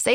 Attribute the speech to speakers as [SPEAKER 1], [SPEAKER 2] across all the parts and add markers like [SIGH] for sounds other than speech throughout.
[SPEAKER 1] Say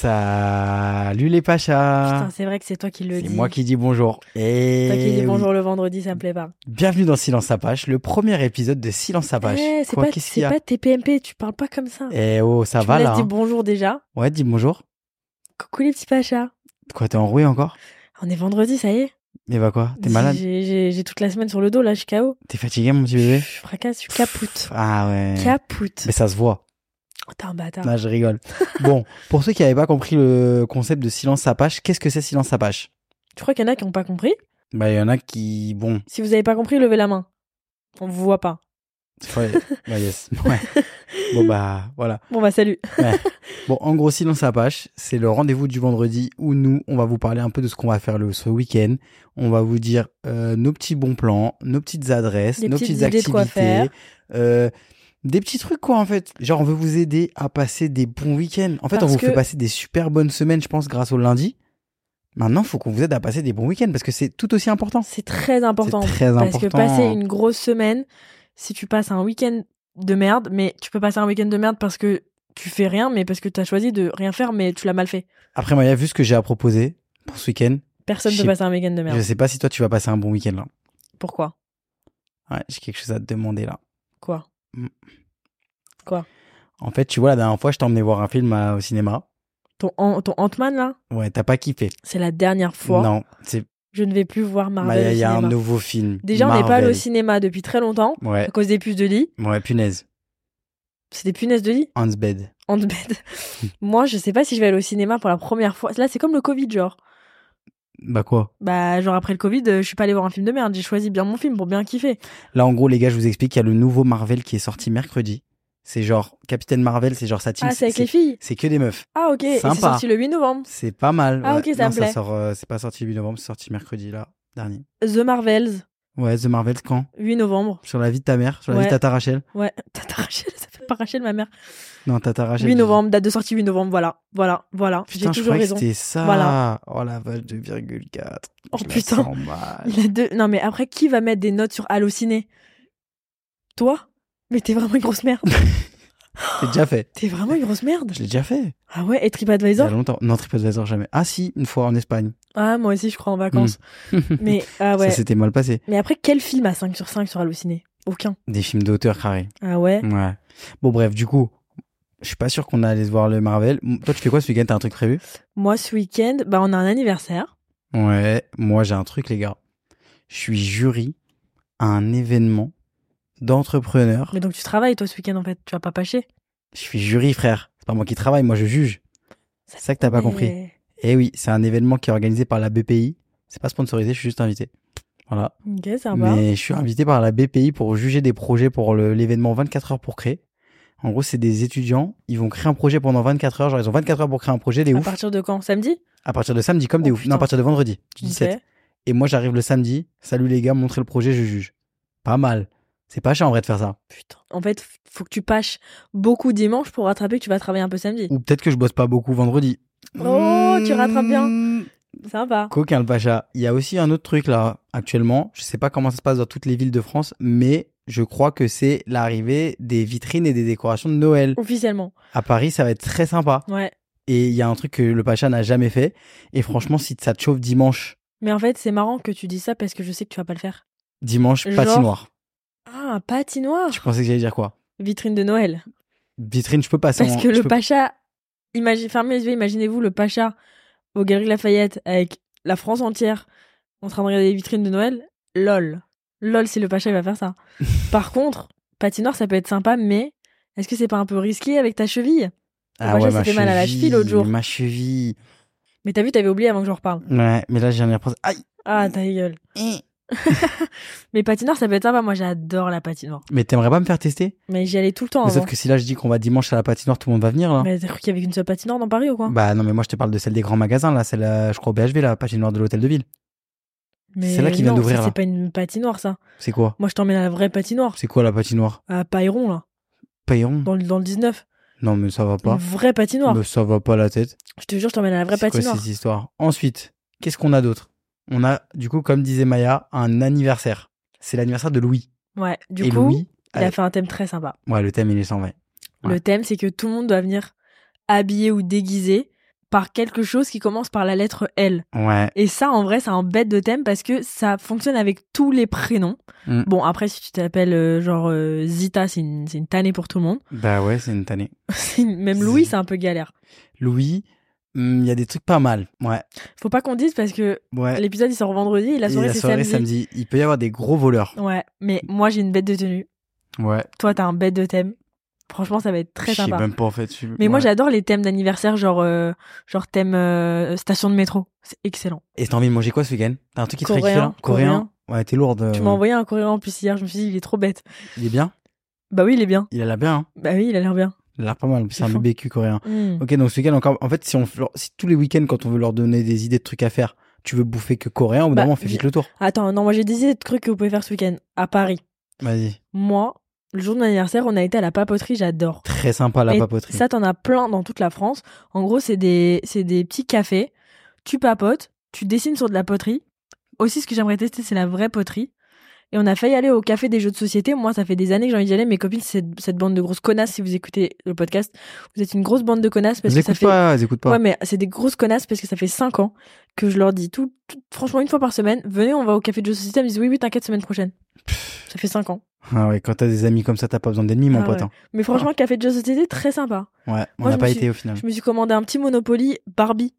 [SPEAKER 2] Salut les Pachas
[SPEAKER 3] Putain, c'est vrai que c'est toi qui le
[SPEAKER 2] Ah. C'est
[SPEAKER 3] dis.
[SPEAKER 2] moi qui dis bonjour. Et
[SPEAKER 3] C'est toi qui dis
[SPEAKER 2] oui.
[SPEAKER 3] bonjour le vendredi, ça me plaît pas.
[SPEAKER 2] Bienvenue dans Silence à Pache, le premier épisode de Silence à Pache.
[SPEAKER 3] Eh,
[SPEAKER 2] Ah
[SPEAKER 3] c'est
[SPEAKER 2] bah, Quoi,
[SPEAKER 3] pas,
[SPEAKER 2] qu'est-ce qu'il y
[SPEAKER 3] c'est
[SPEAKER 2] a
[SPEAKER 3] pas TPMP, tu parles pas comme ça.
[SPEAKER 2] Eh oh, ça
[SPEAKER 3] tu
[SPEAKER 2] va
[SPEAKER 3] me laisses
[SPEAKER 2] là.
[SPEAKER 3] dire
[SPEAKER 2] hein
[SPEAKER 3] bonjour déjà.
[SPEAKER 2] Ouais, dis bonjour.
[SPEAKER 3] Coucou les petits pachas.
[SPEAKER 2] Quoi, t'es enroué encore
[SPEAKER 3] On est vendredi, ça y est.
[SPEAKER 2] Mais bah quoi T'es malade
[SPEAKER 3] J'ai, j'ai- j'ai toute la semaine sur le dos, là, je suis KO.
[SPEAKER 2] T'es fatigué, mon petit
[SPEAKER 3] Je
[SPEAKER 2] bébé
[SPEAKER 3] suis fracasse, je suis capoute.
[SPEAKER 2] Ah ouais.
[SPEAKER 3] Capoute.
[SPEAKER 2] Mais ça se voit.
[SPEAKER 3] Oh, T'es un bâtard.
[SPEAKER 2] Non, je rigole. [LAUGHS] bon, pour ceux qui n'avaient pas compris le concept de Silence à Pache, qu'est-ce que c'est Silence à Pache
[SPEAKER 3] Tu crois qu'il y en a qui n'ont pas compris
[SPEAKER 2] Bah, il y en a qui. Bon.
[SPEAKER 3] Si vous avez pas compris, levez la main. On vous voit pas.
[SPEAKER 2] Ouais,
[SPEAKER 3] [LAUGHS]
[SPEAKER 2] bah, yes. Ouais. Bon, bah, voilà.
[SPEAKER 3] Bon bah salut.
[SPEAKER 2] Bon, en gros, Silence Apache, c'est le rendez-vous du vendredi où nous, on va vous parler un peu de ce qu'on va faire le, ce week-end. On va vous dire euh, nos petits bons plans, nos petites adresses,
[SPEAKER 3] Des
[SPEAKER 2] nos petites,
[SPEAKER 3] petites idées de
[SPEAKER 2] activités,
[SPEAKER 3] quoi faire.
[SPEAKER 2] euh, des petits trucs quoi en fait. Genre, on veut vous aider à passer des bons week-ends. En fait, on
[SPEAKER 3] Parce
[SPEAKER 2] vous
[SPEAKER 3] que-
[SPEAKER 2] fait passer des super bonnes semaines, je pense, grâce au lundi. Maintenant, faut qu'on vous aide à passer des bons week-ends parce que c'est tout aussi important.
[SPEAKER 3] C'est très important.
[SPEAKER 2] C'est très
[SPEAKER 3] parce que
[SPEAKER 2] important.
[SPEAKER 3] passer une grosse semaine, si tu passes un week-end de merde, mais tu peux passer un week-end de merde parce que tu fais rien, mais parce que t'as choisi de rien faire, mais tu l'as mal fait.
[SPEAKER 2] Après, Maya, vu ce que j'ai à proposer pour ce week-end,
[SPEAKER 3] Personne
[SPEAKER 2] Je
[SPEAKER 3] peut
[SPEAKER 2] sais-
[SPEAKER 3] passer un week-end de
[SPEAKER 2] je
[SPEAKER 3] merde.
[SPEAKER 2] sais pas si toi tu vas passer un bon week-end là.
[SPEAKER 3] Pourquoi
[SPEAKER 2] Ouais, j'ai quelque chose à te demander là.
[SPEAKER 3] Quoi
[SPEAKER 2] En fait, tu vois, la dernière fois, je t'ai emmené voir un film à- au cinéma.
[SPEAKER 3] Ton, An- ton Ant-Man, là,
[SPEAKER 2] Ouais, t'as pas kiffé.
[SPEAKER 3] c'est la dernière fois.
[SPEAKER 2] Non, c'est.
[SPEAKER 3] Je ne vais plus voir Marvel
[SPEAKER 2] Maya,
[SPEAKER 3] au
[SPEAKER 2] il y a un
[SPEAKER 3] cinéma.
[SPEAKER 2] nouveau film.
[SPEAKER 3] Déjà, on n'est pas allé
[SPEAKER 2] Marvel.
[SPEAKER 3] au cinéma depuis très longtemps,
[SPEAKER 2] Ouais,
[SPEAKER 3] à cause des puces de lit.
[SPEAKER 2] ouais, punaise.
[SPEAKER 3] C'est des punaises de lit,
[SPEAKER 2] Hans Bed.
[SPEAKER 3] en
[SPEAKER 2] [LAUGHS]
[SPEAKER 3] bed. Moi, je sais pas si je vais aller au cinéma pour la première fois. Là, c'est comme le Covid, genre.
[SPEAKER 2] Bah quoi
[SPEAKER 3] Bah, genre après le Covid, euh, je suis pas allé voir un film de merde. J'ai choisi bien mon film pour bien kiffer.
[SPEAKER 2] Là, en gros, les gars, je vous explique qu'il y a le nouveau Marvel qui est sorti mercredi. C'est genre Capitaine Marvel, c'est genre sa team.
[SPEAKER 3] Ah, c'est avec les filles.
[SPEAKER 2] c'est que des meufs.
[SPEAKER 3] Ah, ok. Et
[SPEAKER 2] Sympa.
[SPEAKER 3] C'est sorti le 8 novembre.
[SPEAKER 2] C'est pas mal.
[SPEAKER 3] Ah,
[SPEAKER 2] ouais.
[SPEAKER 3] ok, ça
[SPEAKER 2] Non,
[SPEAKER 3] me plaît.
[SPEAKER 2] sort, euh, c'est pas sorti le 8 novembre, c'est sorti mercredi, là, dernier.
[SPEAKER 3] The Marvels,
[SPEAKER 2] Ouais, The Marvel, quand
[SPEAKER 3] 8 novembre.
[SPEAKER 2] Sur la vie de ta mère Sur la
[SPEAKER 3] Ouais.
[SPEAKER 2] vie de Tata Rachel
[SPEAKER 3] Ouais, [LAUGHS] Tata Rachel, ça fait pas Rachel, ma mère.
[SPEAKER 2] Ah, Non, Tata Rachel.
[SPEAKER 3] 8
[SPEAKER 2] je-
[SPEAKER 3] novembre, date de sortie 8 novembre, voilà, voilà, voilà. J'ai
[SPEAKER 2] Putain, je
[SPEAKER 3] toujours
[SPEAKER 2] croyais que
[SPEAKER 3] raison.
[SPEAKER 2] c'était ça.
[SPEAKER 3] Voilà.
[SPEAKER 2] Oh la vache, 2,4.
[SPEAKER 3] Oh
[SPEAKER 2] Je la
[SPEAKER 3] [LAUGHS] putain.
[SPEAKER 2] sens mal.
[SPEAKER 3] Il a deux- Non mais après, qui va mettre des notes sur Allociné Toi Mais t'es vraiment une grosse merde.
[SPEAKER 2] J'ai déjà fait.
[SPEAKER 3] t'es vraiment une grosse merde.
[SPEAKER 2] Je l'ai déjà fait.
[SPEAKER 3] Ah ouais, et
[SPEAKER 2] Il y a
[SPEAKER 3] TripAdvisor
[SPEAKER 2] longtemps. Non, TripAdvisor jamais. Ah si, une fois en Espagne.
[SPEAKER 3] Ah, moi aussi, je crois en vacances. [LAUGHS] Mais, ah ouais.
[SPEAKER 2] Hmm. Ça s'était mal passé.
[SPEAKER 3] mais après, quel film à 5 sur 5 sur Allociné Aucun.
[SPEAKER 2] Des films d'auteur carré.
[SPEAKER 3] Ah ouais
[SPEAKER 2] Ouais. Bon bref, du coup, je suis pas sûr qu'on allait se voir le Marvel. M- Toi, tu fais quoi ce week-end T'as un truc prévu
[SPEAKER 3] Moi, ce week-end, bah, on a un anniversaire.
[SPEAKER 2] Ouais. Moi, j'ai un truc, les gars. Je suis jury à un événement d'entrepreneurs.
[SPEAKER 3] Mais donc, tu travailles, toi, ce week-end, en fait. Tu vas pas pâcher.
[SPEAKER 2] Je suis jury, frère. C'est pas moi qui travaille, moi je juge. C'est ça que t'as pas compris.
[SPEAKER 3] Mais-
[SPEAKER 2] Eh oui, c'est un événement qui est organisé par la BPI. C'est pas sponsorisé, je suis juste invité. Voilà.
[SPEAKER 3] Ok, sympa.
[SPEAKER 2] Mais je suis invité par la BPI pour juger des projets pour le- l'événement 24 heures pour créer. En gros, c'est des étudiants, ils vont créer un projet pendant 24 heures. Genre, ils ont 24 heures pour créer un projet, des
[SPEAKER 3] À
[SPEAKER 2] ouf.
[SPEAKER 3] partir de quand Samedi
[SPEAKER 2] À partir de samedi, comme des
[SPEAKER 3] Oh,
[SPEAKER 2] ouf. Non, à
[SPEAKER 3] putain.
[SPEAKER 2] partir de vendredi, du
[SPEAKER 3] Ok.
[SPEAKER 2] 17. Et moi, j'arrive le samedi. Salut les gars, montrez le projet, je juge. Pas mal. C'est pas cher en vrai de faire ça.
[SPEAKER 3] Putain. En fait, f- faut que tu pâches beaucoup dimanche pour rattraper que tu vas travailler un peu samedi.
[SPEAKER 2] Ou peut-être que je bosse pas beaucoup vendredi.
[SPEAKER 3] Oh, tu rattrapes bien.
[SPEAKER 2] Mmh.
[SPEAKER 3] Sympa.
[SPEAKER 2] Coquin le Pacha. Il y a aussi un autre truc là, actuellement. Je sais pas comment ça se passe dans toutes les villes de France, mais je crois que c'est l'arrivée des vitrines et des décorations de Noël.
[SPEAKER 3] Officiellement.
[SPEAKER 2] À Paris, ça va être très sympa.
[SPEAKER 3] Ouais.
[SPEAKER 2] Et il y a un truc que le Pacha n'a jamais fait. Et franchement, si ça te chauffe dimanche,
[SPEAKER 3] Mais en fait, c'est marrant que tu dis ça parce que je sais que tu vas pas le faire.
[SPEAKER 2] dimanche,
[SPEAKER 3] Genre
[SPEAKER 2] patinoire.
[SPEAKER 3] Ah, un patinoire
[SPEAKER 2] Je pensais que j'allais dire quoi
[SPEAKER 3] Vitrine de Noël.
[SPEAKER 2] Vitrine, je peux passer
[SPEAKER 3] Parce
[SPEAKER 2] en-
[SPEAKER 3] que
[SPEAKER 2] je
[SPEAKER 3] le
[SPEAKER 2] peux-
[SPEAKER 3] Pacha, imagine, fermez les yeux, imaginez-vous le Pacha aux Galeries Lafayette avec la France entière en train de regarder les vitrines de Noël. Lol. Lol si le Pacha il va faire
[SPEAKER 2] [LAUGHS]
[SPEAKER 3] ça. Par contre, patinoire ça peut être sympa, mais est-ce que c'est pas un peu risqué avec ta cheville
[SPEAKER 2] Ah
[SPEAKER 3] Moi,
[SPEAKER 2] ouais,
[SPEAKER 3] j'ai
[SPEAKER 2] ma
[SPEAKER 3] fait mal à la cheville
[SPEAKER 2] cheville
[SPEAKER 3] l'autre jour.
[SPEAKER 2] Ma cheville.
[SPEAKER 3] Mais t'as vu, t'avais oublié avant que j'en reparle.
[SPEAKER 2] Ouais, mais là, j'ai rien pensé. Aïe!
[SPEAKER 3] Ah, ta gueule.
[SPEAKER 2] eh.
[SPEAKER 3] Mais patinoire ça peut être sympa. Moi, j'adore la patinoire.
[SPEAKER 2] Mais t'aimerais pas me faire tester?
[SPEAKER 3] Mais j'y allais tout le temps
[SPEAKER 2] Mais
[SPEAKER 3] avant.
[SPEAKER 2] sauf que hein. si là, je dis qu'on va dimanche à la patinoire, tout le monde va venir, là.
[SPEAKER 3] Oh Mais t'as cru qu'il y avait qu'une seule patinoire dans Paris ou quoi
[SPEAKER 2] Bah non, mais moi, je te parle de celle des grands magasins, là. Celle, euh, je crois, au BHV, la patinoire de l'hôtel de ville.
[SPEAKER 3] Mais
[SPEAKER 2] c'est là qu'il vient
[SPEAKER 3] non,
[SPEAKER 2] d'ouvrir,
[SPEAKER 3] ça,
[SPEAKER 2] là.
[SPEAKER 3] C'est pas une patinoire, ça.
[SPEAKER 2] C'est quoi?
[SPEAKER 3] Moi, je t'emmène à la vraie patinoire,
[SPEAKER 2] C'est quoi la patinoire?
[SPEAKER 3] à Payron, là,
[SPEAKER 2] Payon?
[SPEAKER 3] dans le, dans le 19.
[SPEAKER 2] Non, mais ça va
[SPEAKER 3] Une
[SPEAKER 2] pas.
[SPEAKER 3] vraie patinoire.
[SPEAKER 2] Mais ça va pas la tête.
[SPEAKER 3] Je te jure, je t'emmène à la vraie
[SPEAKER 2] C'est quoi
[SPEAKER 3] patinoire.
[SPEAKER 2] cette histoire Ensuite, qu'est-ce qu'on a d'autre On a, du coup, comme disait Maya, un anniversaire. C'est l'anniversaire de Louis.
[SPEAKER 3] ouais, du
[SPEAKER 2] Et
[SPEAKER 3] coup,
[SPEAKER 2] Louis,
[SPEAKER 3] il a
[SPEAKER 2] allez.
[SPEAKER 3] fait un thème très sympa.
[SPEAKER 2] ouais, le thème, il est 120. Ouais.
[SPEAKER 3] Le thème, c'est que tout le monde doit venir habillé ou déguisé par quelque chose qui commence par la lettre L.
[SPEAKER 2] Ouais.
[SPEAKER 3] Et ça, en vrai, c'est un bête de thème parce que ça fonctionne avec tous les prénoms.
[SPEAKER 2] Mm.
[SPEAKER 3] Bon, après, si tu t'appelles euh, genre euh, Zita, c'est une, c'est une tannée pour tout le monde. [LAUGHS]
[SPEAKER 2] Bah ouais, c'est une tannée.
[SPEAKER 3] C'est une- Même Louis,
[SPEAKER 2] Z-
[SPEAKER 3] c'est un peu galère.
[SPEAKER 2] Louis, hum, il y a des trucs pas mal. Ouais.
[SPEAKER 3] Faut pas qu'on dise parce que
[SPEAKER 2] Ouais.
[SPEAKER 3] l'épisode, il sort vendredi et la
[SPEAKER 2] Euh, Et
[SPEAKER 3] soirée, c'est samedi.
[SPEAKER 2] samedi. Il peut y avoir des gros voleurs.
[SPEAKER 3] Ouais, mais moi, j'ai une bête de tenue.
[SPEAKER 2] Ouais.
[SPEAKER 3] Toi, t'as un bête de thème. Franchement, ça va être très
[SPEAKER 2] Je sais
[SPEAKER 3] sympa.
[SPEAKER 2] même pas en fait. je-
[SPEAKER 3] Mais moi,
[SPEAKER 2] ouais.
[SPEAKER 3] j'adore les thèmes d'anniversaire, genre, euh, genre thème euh, station de métro. C'est excellent.
[SPEAKER 2] Et t'as envie de manger quoi ce week-end T'as un truc qui te fait kiffer
[SPEAKER 3] Coréen,
[SPEAKER 2] là Coréen. Ouais, t'es lourde. euh,
[SPEAKER 3] Tu m'as envoyé un courrier en plus hier, je me suis dit, il est trop bête.
[SPEAKER 2] Il est bien
[SPEAKER 3] Bah oui, il est bien.
[SPEAKER 2] Il a l'air bien. hein
[SPEAKER 3] Bah oui, il a l'air bien.
[SPEAKER 2] il a l'air pas mal. C'est un
[SPEAKER 3] fou.
[SPEAKER 2] BBQ coréen.
[SPEAKER 3] Hmm.
[SPEAKER 2] Ok, donc ce week-end encore. En fait, si, on, leur- si tous les week-ends, quand on veut leur donner des idées de trucs à faire, tu veux bouffer que coréen, au bout d'un
[SPEAKER 3] Bah,
[SPEAKER 2] moment, on fait
[SPEAKER 3] j'ai-
[SPEAKER 2] vite le tour.
[SPEAKER 3] Attends, non, moi, j'ai des idées de trucs que vous pouvez faire ce week-end à Paris.
[SPEAKER 2] Vas-y.
[SPEAKER 3] Moi, le jour de mon anniversaire, on a été à la papoterie, j'adore.
[SPEAKER 2] Très sympa la
[SPEAKER 3] Et
[SPEAKER 2] papoterie.
[SPEAKER 3] Ça, t'en as plein dans toute la France. En gros, c'est des, c'est des petits cafés. Tu papotes, tu dessines sur de la poterie. Aussi, ce que j'aimerais tester, c'est la vraie poterie. Et on a failli aller au café des jeux de société. Moi, ça fait des années que j'ai envie d'y aller. Mes copines, c'est cette bande de grosses connasses. Si vous écoutez le podcast, vous êtes une grosse bande de connasses parce
[SPEAKER 2] Ils
[SPEAKER 3] que ça
[SPEAKER 2] écoutent
[SPEAKER 3] fait.
[SPEAKER 2] pas, ils écoutent pas.
[SPEAKER 3] Ouais, mais c'est des grosses connasses parce que ça fait 5 ans que je leur dis tout, tout- franchement, une fois par semaine, venez, on va au café des jeux de société. Elles me disent oui, oui, t'inquiète, semaine prochaine. Ça fait 5 ans.
[SPEAKER 2] Ah ouais, quand t'as des amis comme ça, t'as pas besoin d'ennemis, mon
[SPEAKER 3] Ah
[SPEAKER 2] pote. hein.
[SPEAKER 3] Mais franchement, café de jeux de société, très sympa.
[SPEAKER 2] Ouais, on
[SPEAKER 3] Moi,
[SPEAKER 2] n'a
[SPEAKER 3] je
[SPEAKER 2] pas
[SPEAKER 3] me
[SPEAKER 2] été au final.
[SPEAKER 3] Je me suis commandé un petit Monopoly Barbie.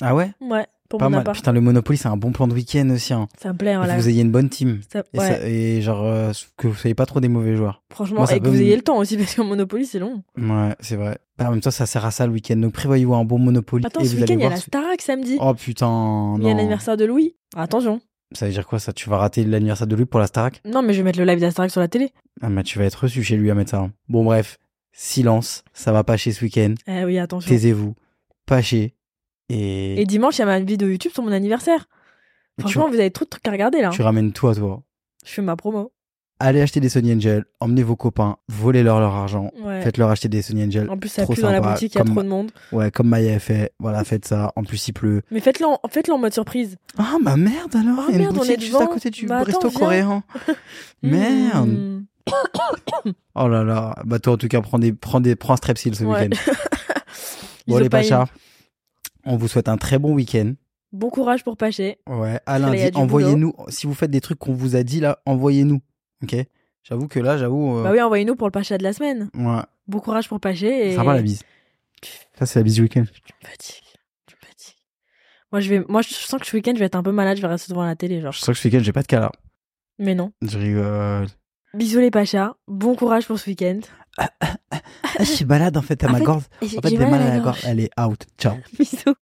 [SPEAKER 2] Ah ouais
[SPEAKER 3] Ouais, pour
[SPEAKER 2] Pas
[SPEAKER 3] mon
[SPEAKER 2] mal.
[SPEAKER 3] appart.
[SPEAKER 2] Putain, le Monopoly, c'est un bon plan de week-end aussi. Hein.
[SPEAKER 3] Ça me plaît,
[SPEAKER 2] Il faut
[SPEAKER 3] voilà.
[SPEAKER 2] que vous ayez une bonne team.
[SPEAKER 3] Ça-
[SPEAKER 2] Et,
[SPEAKER 3] ouais,
[SPEAKER 2] ça- et genre, euh, que vous soyez pas trop des mauvais joueurs.
[SPEAKER 3] franchement,
[SPEAKER 2] moi, ça
[SPEAKER 3] et que
[SPEAKER 2] peut
[SPEAKER 3] vous
[SPEAKER 2] me-
[SPEAKER 3] ayez le temps aussi, [LAUGHS] parce que Monopoly, c'est long.
[SPEAKER 2] Ouais, c'est vrai. Bah, en même temps, ça sert à ça le week-end. Donc prévoyez-vous un bon Monopoly.
[SPEAKER 3] Attends,
[SPEAKER 2] et
[SPEAKER 3] ce
[SPEAKER 2] vous
[SPEAKER 3] week-end,
[SPEAKER 2] allez
[SPEAKER 3] il y a
[SPEAKER 2] voir.
[SPEAKER 3] la
[SPEAKER 2] ce-
[SPEAKER 3] Starac samedi.
[SPEAKER 2] Oh putain,
[SPEAKER 3] il y a
[SPEAKER 2] non.
[SPEAKER 3] l'anniversaire de Louis. Attention.
[SPEAKER 2] Ça veut dire quoi ça Tu vas rater l'anniversaire de lui pour la Starac
[SPEAKER 3] Non, mais je vais mettre le live de la Starac sur la télé.
[SPEAKER 2] Ah bah tu vas être reçu chez lui à mettre ça. hein. Bon bref, silence, ça va pas chez ce week-end.
[SPEAKER 3] Eh oui, attention.
[SPEAKER 2] Taisez-vous, pas chez. Et,
[SPEAKER 3] Et dimanche, il y a ma vidéo YouTube sur mon anniversaire.
[SPEAKER 2] tu-
[SPEAKER 3] Franchement, vous avez trop de trucs à regarder là.
[SPEAKER 2] tu ramènes tout à toi.
[SPEAKER 3] Je fais ma promo.
[SPEAKER 2] Allez acheter des Sony Angel, emmenez vos copains, volez-leur leur argent,
[SPEAKER 3] Ouais.
[SPEAKER 2] faites-leur acheter des Sony Angel.
[SPEAKER 3] En plus, ça
[SPEAKER 2] Euh, trop
[SPEAKER 3] pue dans la
[SPEAKER 2] sympa,
[SPEAKER 3] boutique, il y a
[SPEAKER 2] comme-
[SPEAKER 3] trop de monde.
[SPEAKER 2] Ouais, comme Maya a fait, voilà, faites ça. En plus, il pleut.
[SPEAKER 3] Mais faites-le en... faites-le en mode surprise.
[SPEAKER 2] Ah, bah merde alors,
[SPEAKER 3] Ah,
[SPEAKER 2] il y a
[SPEAKER 3] merde,
[SPEAKER 2] une
[SPEAKER 3] on
[SPEAKER 2] boutique
[SPEAKER 3] est
[SPEAKER 2] juste à
[SPEAKER 3] devant.
[SPEAKER 2] côté du
[SPEAKER 3] Bah, attends,
[SPEAKER 2] resto
[SPEAKER 3] viens.
[SPEAKER 2] [LAUGHS] coréen. Hmm. merde.
[SPEAKER 3] Mmh.
[SPEAKER 2] Oh là là, bah toi en tout cas, prends, des, prends, des, prends un strepsil ce
[SPEAKER 3] Ouais.
[SPEAKER 2] week-end. [LAUGHS] Bon, les
[SPEAKER 3] Isopaïne.
[SPEAKER 2] Pachas, on vous souhaite un très bon week-end.
[SPEAKER 3] Bon courage pour Paché.
[SPEAKER 2] Ouais, à
[SPEAKER 3] Parce que là, il y
[SPEAKER 2] lundi.
[SPEAKER 3] a du
[SPEAKER 2] Envoyez-nous. Si vous faites des trucs qu'on vous a dit, là, envoyez-nous. Ok J'avoue que là, j'avoue. euh,
[SPEAKER 3] Bah oui, envoyez-nous pour le Pacha de la semaine.
[SPEAKER 2] ouais,
[SPEAKER 3] Bon courage pour Paché. Et...
[SPEAKER 2] sympa la bise. Ça, c'est la bise du week-end.
[SPEAKER 3] Tu me fatigues. Tu me fatigues. Moi, je, vais, moi, je sens que ce week-end, je vais être un peu malade. Je vais rester devant la télé, genre.
[SPEAKER 2] Je sens que ce week-end, j'ai pas de cas là.
[SPEAKER 3] Mais non.
[SPEAKER 2] Je rigole.
[SPEAKER 3] Bisous les Pachas. Bon courage pour ce week-end.
[SPEAKER 2] Ah, je suis malade en fait à
[SPEAKER 3] En
[SPEAKER 2] ma
[SPEAKER 3] fait,
[SPEAKER 2] gorge.
[SPEAKER 3] Et j'ai
[SPEAKER 2] En fait,
[SPEAKER 3] du
[SPEAKER 2] des mal à la
[SPEAKER 3] gorge.
[SPEAKER 2] gorge. Elle est out. Ciao.
[SPEAKER 3] [LAUGHS] Bisous.